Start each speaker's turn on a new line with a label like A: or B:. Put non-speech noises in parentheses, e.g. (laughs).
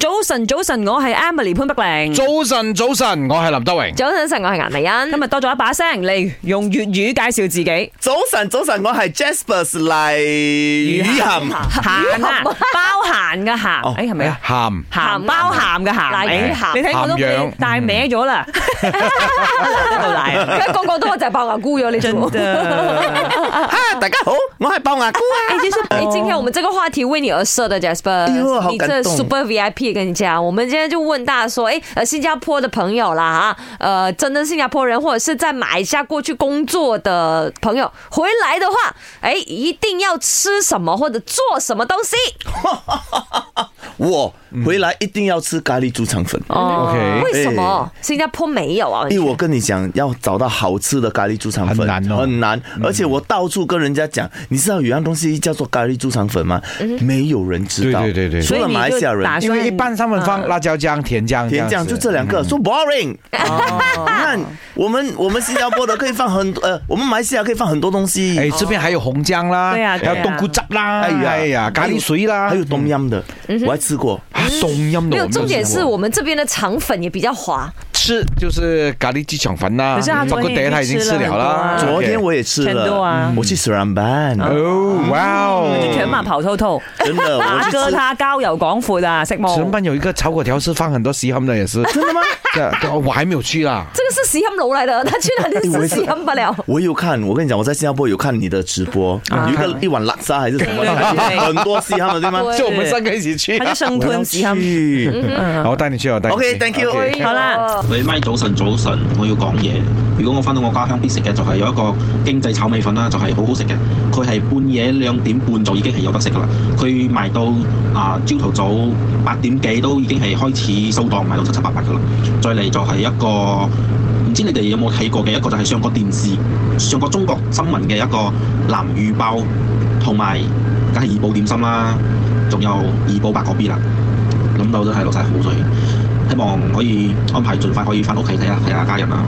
A: 早晨，早晨，我係 Emily 潘碧玲。
B: 早晨，早晨，我係林德榮。
C: 早晨，晨，我係顏麗
A: 今
C: 欣。
A: 日多咗一把聲嚟用粵語介紹自己，
D: 早晨，早晨，我係 Jaspers 黎雨涵，
A: 鹹啊，包鹹嘅鹹，誒係咪啊？
B: 鹹
A: 鹹包鹹嘅鹹，
C: 賴
A: 誒
C: 魚鹹
A: 你睇我都俾
B: 鹹
A: 你
B: 樣
A: 帶歪咗啦， (laughs) 喺
C: (laughs)
A: 度 (laughs) 賴啊，
C: 而家個個都話就係爆牙菇咗，你知
A: 真
C: (laughs) 冇？
A: 的。
D: 哈，大家好，我係爆牙菇啊。
C: 哎，就是哎，今天我们这个话题为你而设的，Jasper，
D: 哎呦好
C: 你
D: 感
C: 这
D: 动
C: Super VIP，跟你讲，我们今天就问大家说，哎，呃，新加坡的朋友啦，啊，呃，真的新加坡人，或者是在马来西亚过去工作的朋友，回来的话，哎，一定要吃什么或者做什么东西？
D: 我回来一定要吃咖喱猪肠粉，
C: 哦
B: OK
C: 为什么新加坡没有啊？
D: 因为我跟你讲，要找到好吃的咖喱猪肠粉
B: 很难哦
D: 很难。而且我到处跟人家讲，你知道有样东西叫做咖喱猪肠粉吗？没有人知道，
B: 对对对对
D: 除了马来西亚人
A: 嗯所以你就打算
B: 因為一般他們放辣椒醬、啊甜醬，
D: 甜酱就这两
B: 嗯
D: 个，说 boring。你
A: 哦
D: (laughs) 看，我们我们新加坡的可以放很多，呃，我们马来西亚可以放很多东西，
B: 哎，这边还有红姜啦，
A: 對啊對
B: 还
A: 啊
B: 有冬菇汁啦，
D: 哎呀
B: 哎呀，嗯咖喱水啦，
D: 还有冬阴的，
A: 嗯
D: 我还吃过。
B: 啊冬阴
C: 没有，
B: 的。
C: 重点是
B: 我
C: 我们这边的肠粉也比较滑。
B: 吃就是咖喱鸡肠粉啦
A: 可是他，
B: 包
A: 昨
B: 括
A: 天
B: 第一他已
A: 已經
B: 经
A: 吃
B: 吃
A: 了
B: 了啦。
A: 很多啊
D: 昨天我也吃
A: 全都啊
D: 了，嗯我去石兰班，
B: 哦，哇哦，
A: 全馬刨滔滔，(laughs)
D: 真的，我
A: 阿
D: 去
A: 哥
D: 吃。
A: 他交友廣闊啊，識冇？
B: 石门有一个炒粿条是放很多西汉的，也是哦真 (laughs) 的吗？对啊我还没有去啦。
C: 这个是喜憨楼来的，他去哪里是喜憨不了。
D: 我有看，我跟你讲，我在新加坡有看你的直播，有一个一碗拉沙还是什么的
A: 啊对对对，
D: 很多西汉的对吗？
B: (laughs)
C: 对
B: 就我们三个一起去啊
A: 他，就生吞屎坑。
D: 去，
B: 嗯好我带你去，我带你去。
D: OK，thank you
C: 哎呦
A: 好啦，
E: 喂，咪早晨早晨，我要講嘢。如果我翻到我家鄉必食嘅就係有一個經濟炒米粉啦，就係、好好食嘅。佢係半夜兩點半就已經係有得食噶啦，佢賣到啊朝頭早八點幾都已經係開始收檔，賣到七七八八噶啦。再嚟就係一個唔知你哋有冇睇過嘅一個就係上過電視、上過中國新聞嘅一個南乳包，同埋梗係怡寶點心啦，仲有怡寶白果 B 啦。諗到都係落晒口水，希望可以安排盡快可以翻屋企睇下睇下家人啊。